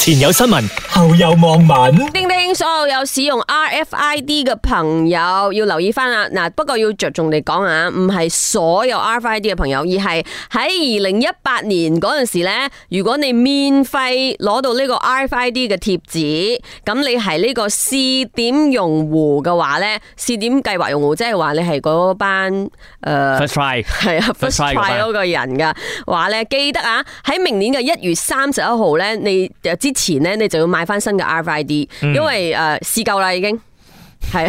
前有新 聞，後有網民。叮叮，所有有使用 RFID 嘅朋友要留意翻啦。嗱，不過要着重嚟講啊，唔係所有 RFID 嘅朋友，而係喺二零一八年嗰陣時咧，如果你免費攞到呢個 RFID 嘅貼紙，咁你係呢個試點用戶嘅話咧，試點計劃用戶，即係話你係嗰班誒。呃 First try，係啊 First ，first try 嗰 try 班嗰個人噶話咧，記得啊，喺明年嘅一月三十一號咧，你誒之前咧，你就要買翻新嘅 RFID，因嗯為誒試夠啦已 經，係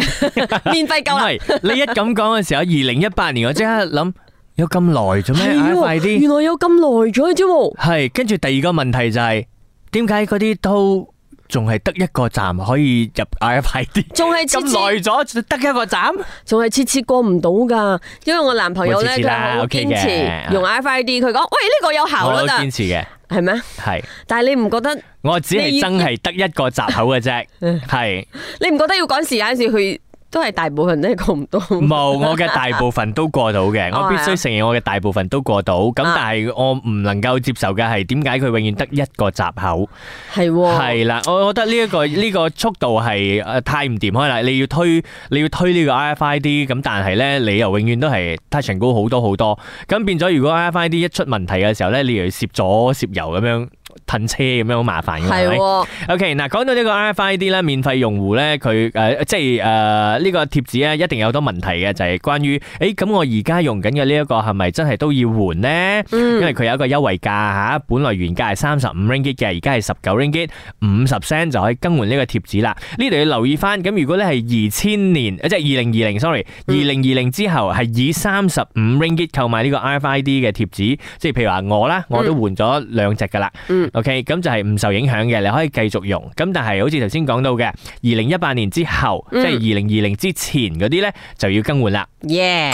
啊，免費夠啦。唔係你一咁講嘅時候，二零一八年我即刻諗有咁耐做咩係喎？RFID 哎原來有咁耐咗啫喎，係跟住第二個問題就係點解嗰啲都仲係得一個站可以入 RFID？仲係咁次次耐咗得一個站？仲係次次過唔到㗎，因為我男朋友咧冇次次佢啦係好 OK 堅嘅持用 RFID，佢講喂呢個有我效都率啊堅，持嘅，係咩？係但係你唔覺得我只係真係得一個閘口 嘅啫，係你唔覺得要趕時間時去都係大部分都係過唔到。冇我嘅大部分都過到嘅， 哦我必須承認我嘅大部分都過到，咁啊但係我唔能夠接受嘅係點解佢永遠得一個閘口？係喎。係啦，我覺得呢、一個呢、個速度係誒太唔掂開啦。你要推你要推呢個 RFID，咁但係咧你又永遠都係 touch and go 好多好多，咁變咗如果 RFID 一出問題嘅時候咧，你又要攝左攝右咁樣褪車咁樣好麻煩嘅，係係咪？喎。 OK，嗱，講到呢個 RFID 咧，免費用戶咧，佢誒、呃即係誒呢個貼紙咧，一定有好多問題嘅，就係、關於誒咁我而家用緊嘅呢一個係咪真係都要換呢？因嗯為佢有一個優惠價嚇，本來原價係三十五 ringgit 嘅，而家係十九 ringgit，五十 cent 就可以更換呢個貼紙啦。呢度要留意翻，咁如果你係二千年，呃即係二零二零，sorry，二零二零之後係以三十五 ringgit 購買呢個 RFID 嘅貼紙，即係譬如話我啦，我都換咗兩隻噶啦。OK，咁就係唔受影響嘅，你可以繼續用。咁但係好似頭先講到嘅，二零一八年之後，即係二零二零之前嗰啲呢，就要更換啦。耶！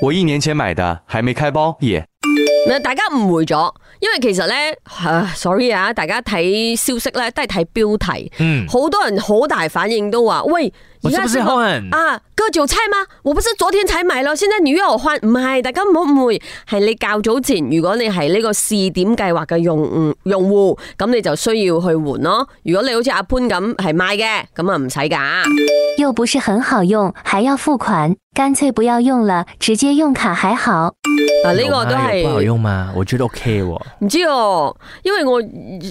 我一年前买的，还没开包耶。嗱，大家誤會咗，因為其實咧、啊 s o r r y 啊，大家睇消息咧都係睇標題，嗯，好多人好大反應都話：喂，我而是家不是先好人？啊，割韭菜嗎？我不是昨天才買咯，現在你要我換？唔係，大家唔好誤會，係你較早前，如果你係呢個試點計劃嘅用戶用戶，咁你就需要去換咯。如果你好似阿潘咁係買嘅，咁啊唔使㗎。又不是很好用，还要付款，干脆不要用了，直接用卡还好。嗱，啊呢個都有嗎有不係好。用嘛，我覺得 OK 喎。唔知哦，因為我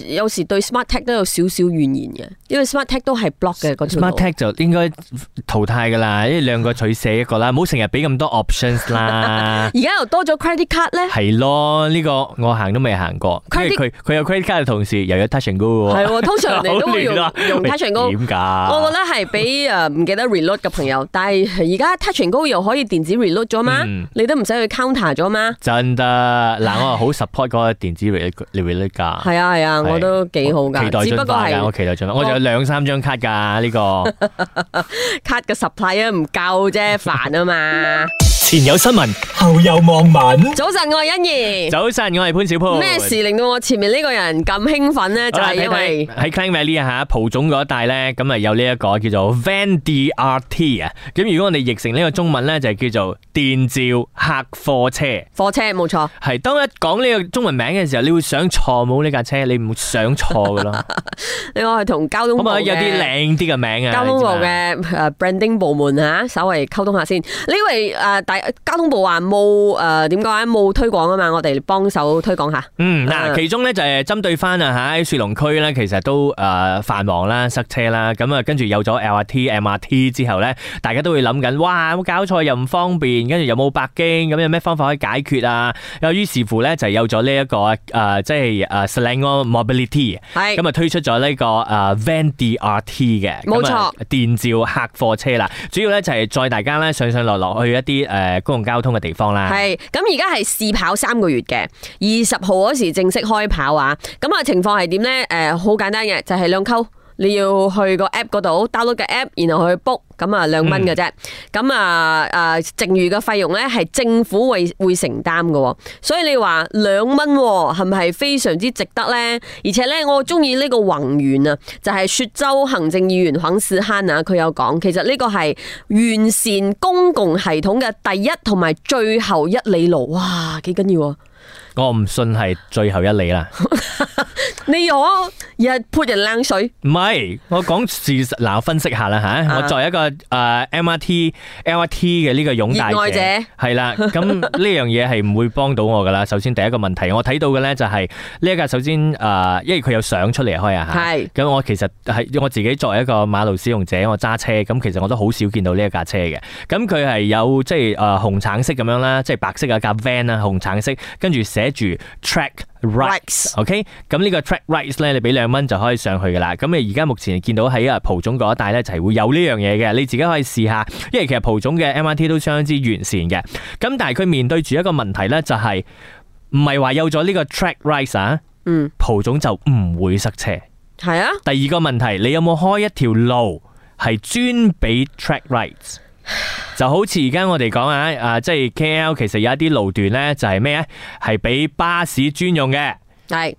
有時對 smart tech 都有少少怨言嘅，因為 smart tech 都係 block 嘅嗰條 Smart 路。。Tech 就應該淘汰噶啦，因為兩個取捨一個啦，唔好成日俾咁多 options 啦 而家又多咗 credit card 咧，係咯，呢個我行都未行過，因為佢佢有 credit card 嘅同時又有 touch and go 係喎。喎，通常人哋都會用好亂啊用 touch and go。點啊㗎？我覺得係俾誒唔記得 reload 嘅朋友，但係而家 touch and go 又可以電子 reload 咗嘛嗯，你都唔使去 counter 咗嘛。真得嗱，我係好 support 嗰個電子 r e l e 噶，係啊係啊，係我都幾好期待㗎，只進不過化㗎，我係期待進化，我就有兩三張卡㗎呢個。 card 嘅 supply 啊唔夠啫，煩啊嘛。 前有新聞，後有網民。早晨，我係欣怡。早晨，我係潘小潘。咩事令啊到我前面呢個人咁興奮咧？ 就好啦？係睇因為睇。喺 Klang Valley 啊嚇，蒲種嗰一帶咧，咁啊有呢一個叫做 Van DRT 啊。咁如果我哋譯成呢個中文咧，就係叫做電召客貨車。貨車冇錯，係當一講呢個中文名嘅時候，你會想錯冇呢架車，你唔會想錯噶 咯。呢個係同交通可部唔可嘅以有啲靚啲嘅名啊？交通你知部嘛嘅誒 branding 部門嚇，稍微溝通下先。呢位誒大交通部話冇誒點講咧，冇推廣啊嘛，我哋幫手推廣下。嗯，嗱，嗯其中咧就係針對翻啊喺雪龍區咧，其實都誒繁忙啦、塞車啦，咁啊跟住有咗 LRT、MRT 之後咧，大家都會諗緊，哇，有冇搞錯又唔方便，跟住又冇白經，咁有咩方法可以解決啊？又於是乎咧就有咗呢一個誒，即係誒 Selangor Mobility，係咁啊推出咗呢個誒 Van DRT 嘅，冇錯咁啊電召客貨車啦，主要咧就係載大家咧上上落落去一啲誒公共交通嘅地方啦。係咁而家係試跑三個月嘅，二十號嗰時正式開跑啊！咁啊情況係點呢？誒、好簡單嘅，就係兩溝。你要去個 app 嗰度 download 個 app，然後去 book，咁啊兩蚊嘅啫。咁啊啊，剩餘嘅費用咧係政府會會承擔嘅喎。所以你話兩蚊喎係咪係非常之值得呢？而且咧，我中意呢個宏源啊，就係、雪州行政議員黃士慳啊，佢有講，其實呢個係完善公共系統嘅第一同埋最後一里路，哇，幾緊要啊！我唔信係最後一里啦。你又日潑人冷水，唔係，我講事實嗱，我分析下啦吓，啊我作為一個啊诶 MRT LRT 嘅呢個擁戴熱愛者係啦，咁呢樣嘢係唔會幫到我噶啦。首先第一個問題，我睇到嘅咧就係呢一架首先诶，呃因為佢有相出嚟開啊吓，係咁我其實係我自己作為一個馬路使用者，我揸車咁其實我都好少見到呢一架車嘅。咁佢係有即係誒、呃、紅橙色咁樣啦，即係白色嘅架 van 啦，紅橙色，跟住寫住 track rights。OK，咁呢個 track rights 咧，你俾兩蚊就可以上去噶啦。咁你而家目前見到喺啊蒲總嗰一帶咧，就係會有呢樣嘢嘅，你自己可以試下。因為其實蒲總嘅 MRT 都相當之完善嘅。咁但係佢面對住一個問題咧，就係唔係話有咗呢個 track rights 啊，嗯，蒲總就唔會塞車。係啊，第二個問題，你有冇開一條路係專俾 track rights？就好似而家我哋講啊，啊即係 K L 其實有一啲路段呢，就係咩呢？啊係俾巴士專用嘅，係。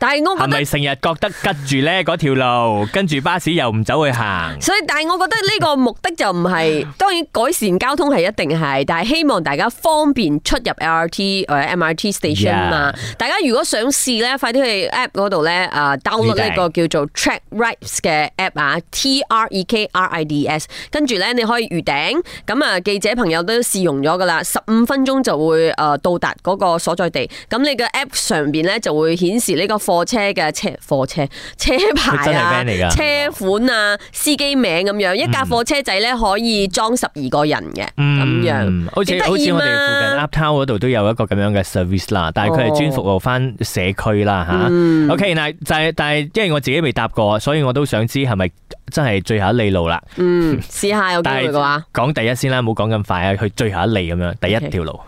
但係我係覺咪得，成日覺得吉住呢嗰條路，跟住巴士又唔走去行？所以但係我覺得呢個目的就唔嗯係，當然改善交通係一定係，但係希望大家方便出入 LRT 或者 MRT station 嘛。大家如果想試咧，快啲去 app 嗰度咧，啊 download 呢個叫做 Track Rights 嘅 app 啊，T R E K R I D S，跟住咧你可以預訂，咁啊記者朋友都試用咗噶啦，十五分鐘就會誒到達嗰個所在地，咁你嘅 app 上邊咧就會顯示呢個貨車嘅車貨車車牌 啊佢真係 van 嚟㗎、車款啊、司機名咁樣，一架貨車仔咧可以裝十二個人嘅咁嗯樣，好似幾得意好似我哋附嘛近 Uptown 嗰度都有一個咁樣嘅 service 啦，但係佢係專服務翻社區啦吓。OK，嗱，嗯但係但係因為我自己未搭過，所以我都想知係咪真係最後一里路啦。嗯，試下有機但會嘅話係。講第一先啦，唔好講咁快啊，去最後一嚟咁樣，第一條路。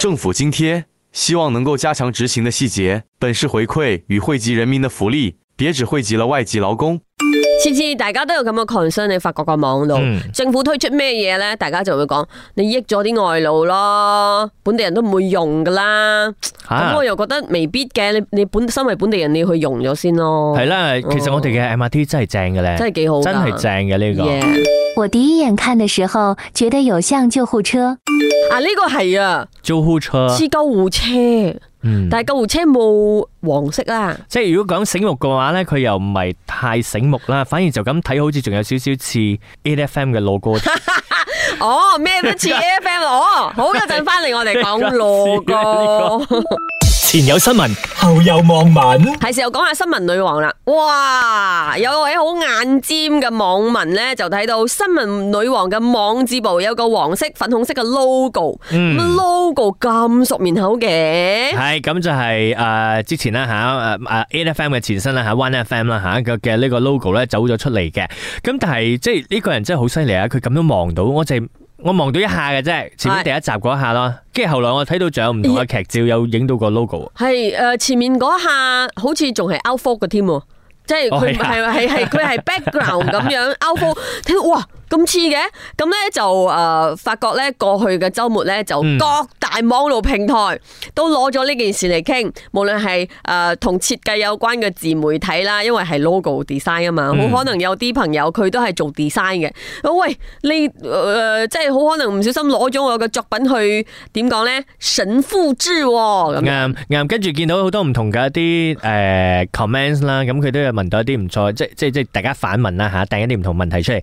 政府津贴，希望能够加强执行的细节。本是回馈与惠及人民的福利，别只惠及了外籍劳工。次次大家都有咁嘅 concern，你發覺個網度，嗯政府推出咩嘢咧，大家就會講你益咗啲外勞咯，本地人都唔會用噶啦。咁、嚇我又覺得未必嘅，你你本身為本地人，你去用咗先咯，係啦，其實我哋嘅 MRT 真係正嘅咧，哦真係幾好㗎，真係正嘅呢個。 Yeah 我第一眼看的时候，觉得有像救护车。啊呢、個係啊，租呼車，似救護車，嗯，但係救護車冇黃色啊啦，即係如果講醒目嘅話咧，佢又唔係太醒目啦，反而就咁睇好似仲有少少似 A F M 嘅 logo。哦咩都似 FM 哦，好一陣翻嚟我哋講 logo 呢。前有新聞，後有網民。系时候讲下新聞女王啦！哇，有位好眼尖嘅網民呢，就睇到新聞女王嘅網字部有個黃色、粉紅色嘅 logo，嗯咁 logo 咁熟面口嘅，係咁就係呃之前啦吓，诶 A F M 嘅前身啦吓，One F M 啦吓嘅嘅呢個 logo 咧走咗出嚟嘅。咁但係即係呢個人真係好犀利啊！佢咁樣望到，我就係我望到一下嘅啫，前面係第一集嗰一下咯。跟住後來我睇到仲有唔同嘅劇照有影到個 logo。啊係诶、呃前面嗰下好似仲係 outfall 嘅添喎，即係佢哦係係係係 佢係 background 咁樣 outfall，睇到哇咁似嘅，咁呢就诶、呃、發覺呢過去嘅週末呢，就嗯各大網路平台都攞咗呢件事嚟傾，無論係诶同設計有關嘅自媒體啦，因為係 logo design 啊嘛，好、嗯可能有啲朋友佢都係做 design 嘅，喂你诶、呃即係好可能唔小心攞咗我嘅作品去點講呢？神複製喎咁樣。啱啱，跟住見到好多唔同嘅一啲誒 ờ, comments 啦，咁佢都有問到一啲唔錯，即即即大家反問啦嚇，掟一啲唔同問題出嚟，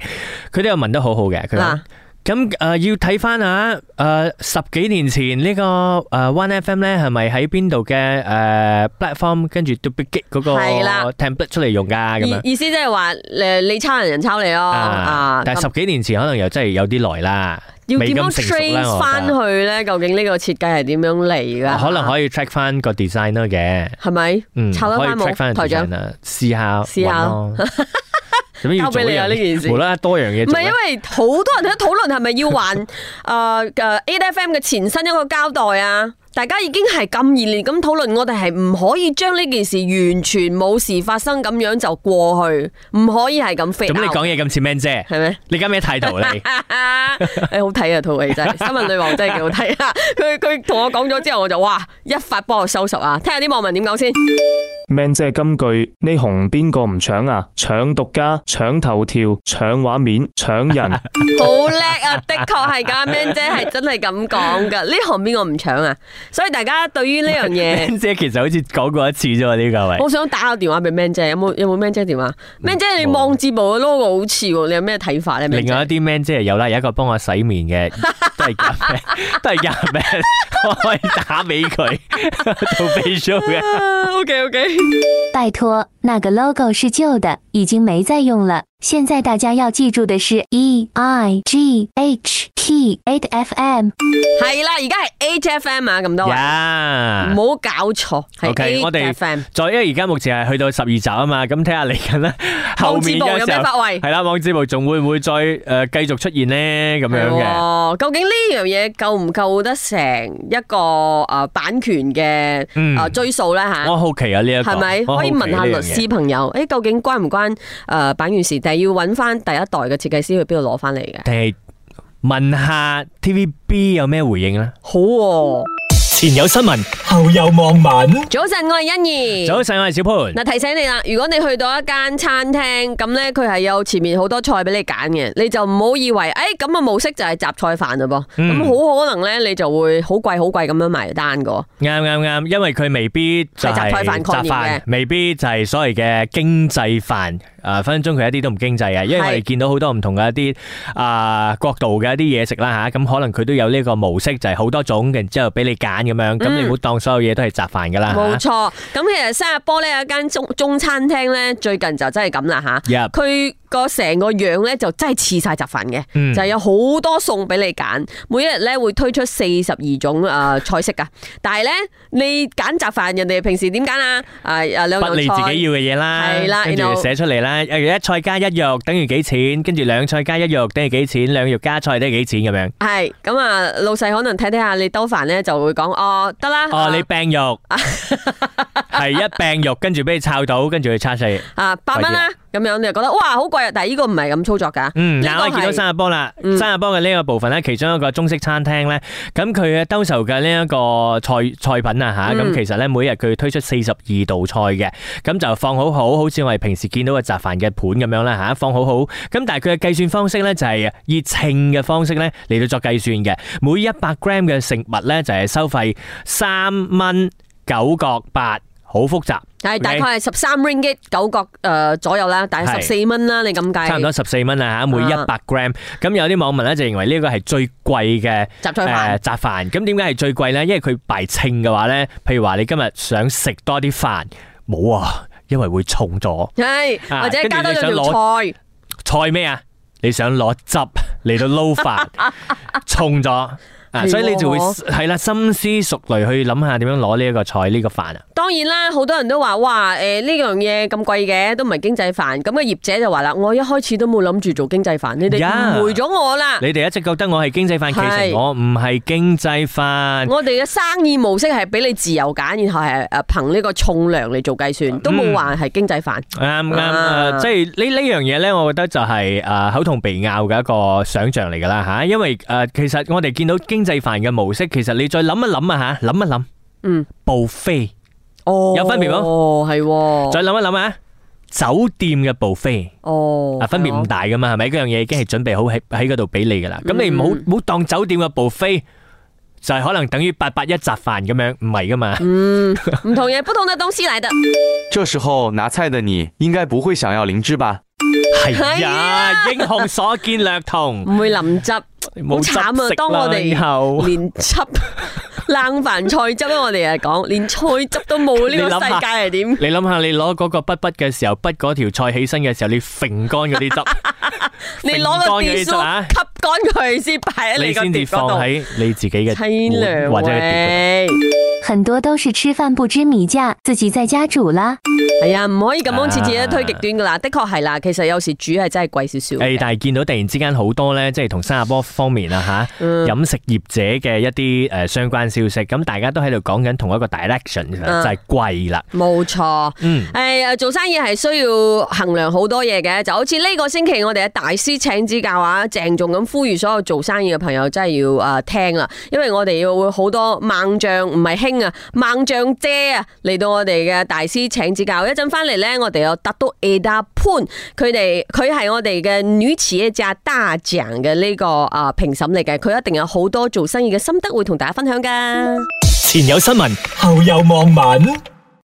佢都有問得好好嘅。佢嗱話咁誒、呃要睇翻下誒十幾年前呢、個誒 ờ, One FM 咧係咪喺邊度嘅誒 ờ, platform 跟住 duplicate 嗰個係啦 template 出嚟用㗎咁樣？意意思即係話诶，誒你抄人人抄你咯，啊啊！，但係咁十幾年前可能又真係有啲耐啦，要未點樣咁成熟啦 trace 我翻覺得去咧？究竟呢個設計係點樣嚟噶？可能可以 track 翻個 designer 嘅。係咪？嗯，抄得可以翻 check 冇？翻台長，啊，試下試下 揾咯。做咩要交做俾你啊樣呢件事無啦啦多樣嘢唔做係因咧。為好多人喺度討論係咪要 還诶诶 A F M 嘅前身一個交代啊？大家已經係咁熱烈咁討論，我哋係唔可以將呢件事完全冇事發生咁樣就過去，唔可以係咁飛。做咩你講嘢咁似 man 姐？係咪？你而家咩態 度你？诶，好睇啊套戲 真係《新聞女王》真係幾好睇啊！佢佢同我講咗之後，我就哇一發幫我收拾啊！聽下啲網民點講先。 Man 姐金句：呢紅邊個唔搶啊？搶獨家，搶頭條，搶畫面，搶人。好叻啊！的確係噶，Man 姐係真係咁講噶。呢行邊個唔搶啊？所以大家對於呢樣 嘢，姐其實好似講過一次啫喎，呢個位我想打個電話俾 Man 姐，有冇有冇 Man 姐電話？Man 姐你望字部嘅 logo 好似喎，你有咩睇法咧？Man 另外一姐，啲 man 姐有啦，有一個幫我洗面 嘅，都係假 man，都係假 man，我 可以打俾佢 做 facial 嘅。 OK OK，拜托，那个 logo 是旧的，已经没再用了。现在大家要记住的是 E I G H T 8 F M。係啦，而家係 HFM 啊，咁多位，呀唔 好搞錯， OK，係我哋 HFM。再因為而家目前係去到十二集啊嘛，咁睇下嚟緊咧後望字面部有嘅時咩候發位？係啦，網節目仲會唔會再誒、呃、繼續出現呢？咁樣係嘅。喎究竟呢樣嘢夠唔夠得成一個誒版權嘅嗯誒追溯咧吓？我好奇啊呢一個，係咪我好可以奇問下呢律樣嘢師朋友？誒，究竟關唔關誒版權事？但係要揾翻第一代嘅設計師去邊度攞翻嚟嘅？定係問下 TVB 有咩回應呢？好喎，前有新聞，后有望文。早晨，我係欣怡。早晨，我係小潘。嗱，提醒你啦，如果你去到一間餐廳，咁呢，佢係有前面好多菜俾你揀嘅，你就唔好以為，誒咁嘅模式就係雜菜飯嘞噃，咁好、嗯可能呢，你就會好貴好貴咁樣埋單個。啱啱啱，因為佢未必就係係雜菜飯概念飯嘅，未必就係所謂嘅經濟飯。啊，分分鐘佢一啲都唔經濟嘅，啊因為我哋係見到好多唔同嘅一啲啊國度嘅一啲嘢食啦吓，咁、可能佢都有呢個模式，就係好多種，然之後俾你揀咁樣，咁、你唔好當所有嘢都係雜飯噶啦。嗯冇嚇錯，咁其實新加坡咧有一間中中餐廳咧，最近就真係咁啦吓， Yep 佢個成個樣咧就真係似晒雜飯嘅，嗯就係有好多餸俾你揀，每一日咧會推出四十二種誒菜式噶，但係咧你揀雜飯，人哋平時點揀啊？誒誒兩不你自樣菜己。要嘅嘢啦，係啦跟住然後寫出嚟啦，哎一菜加一肉等於幾錢，跟住兩菜加一肉等於幾錢，兩肉加菜等於幾錢咁樣。係咁啊，老細可能睇睇下你兜飯咧，就會講哦得啦，哦，你病 肉係一病肉，跟住俾你炒到，跟住去叉四。啊八蚊啦，咁樣你就覺得哇好貴啊，但係呢個唔係咁操作㗎，嗯，呢嗱，個我哋見到係新加坡啦，新加坡嘅呢個部分咧，其中一個中式餐廳咧，咁佢嘅兜售嘅呢一個菜菜品啊吓，咁嗯其實咧每日佢推出四十二道菜嘅，咁就放好好，好似我哋平時見到嘅雜飯嘅盤咁樣啦吓，放好好。咁但係佢嘅計算方式咧就係以稱嘅方式咧嚟到作計算嘅，每一百 gram 嘅食物咧就係收費三蚊九角八，好複雜。係大概係十三 ringgit 九角誒左右啦，大概係十四蚊啦，你咁計。差唔多十四蚊啦嚇，每一百 gram。咁有啲網民咧就認為呢個係最貴嘅雜菜飯雜呃飯。咁點解係最貴咧？因為佢敗稱嘅話咧，譬如話你今日想食多啲飯，冇啊，因為會重咗。係，啊或者加多跟住兩你想條菜，菜咩啊？你想攞汁嚟到撈 飯，重咗啊！係所以你就會喎係啦，深思熟慮去諗下點樣攞呢一個菜呢個飯啊。當然啦，好多人都話哇，誒呢樣嘢咁貴嘅，都唔係經濟飯。咁嘅業者就話啦，我一開始都冇諗住做經濟飯，你哋 Yeah 誤會咗我啦。你哋一直覺得我係經濟飯，其實係我唔係經濟飯。我哋嘅生意模式係俾你自由揀，然後係誒憑呢個重量嚟做計算，都冇話係經濟飯。啱啱啊誒，即係呢呢樣嘢咧，我覺得就係誒口同鼻拗嘅一個想像嚟㗎啦嚇，因為誒其實我哋見到經濟飯嘅模式，其實你再諗一諗啊嚇，諗一諗，嗯，報飛，哦，有分別嗎哦，係喎，再諗一諗啊，酒店嘅報飛。哦啊，，分別唔大噶嘛，係咪？嗰樣嘢已經係準備好喺喺嗰度俾你噶啦。咁你唔好唔好當酒店嘅 buffet 就係可能等於八八一雜飯咁樣，唔係噶嘛。唔同嘢，不同嘅東西嚟得。这时候拿菜的你应该不会想要灵芝吧？係係啊，英雄所見略 同，唔會淋汁，冇汁慘啊食當啦我哋以後連汁 冷飯菜汁咧，啊我哋係講連菜汁都冇，呢你個諗世下界係點？你諗下，你攞嗰個筆筆嘅時候，筆嗰條菜起身嘅時候，你揈乾嗰啲汁，你攞個碟揈乾嗰啲汁梳啊吸乾佢先擺喺你 你個先碟至嗰放度，喺你自己嘅凄涼碗或者係碟喂！很多都是吃饭不知米价，自己在家煮啦。係啊，唔可以咁樣次次啊都推極端噶啦，的確係啦。其實有時煮係真係貴少少度。誒，嘅。但係見到突然之間好多咧，即係同新加坡方面啊嚇，嗯飲食業者嘅一啲誒相關消息，咁大家都喺度講緊同一個 direction，就係嗯貴啦。冇錯，嗯誒、做生意係需要衡量好多嘢嘅，就好似呢個星期我哋嘅大師請指教啊，鄭重咁啊呼籲所有做生意嘅朋友真係要誒、呃、聽啦，因為我哋要會好多猛將，唔係兄兄啊，孟象姐啊，嚟到我哋嘅大師請指教。一陣翻嚟咧，我哋有達都 Ada 潘，佢哋佢係我哋嘅女企業家大獎嘅呢個啊評審嚟嘅，佢一定有好多做生意嘅心得會同大家分享噶。前有新聞，後有網民。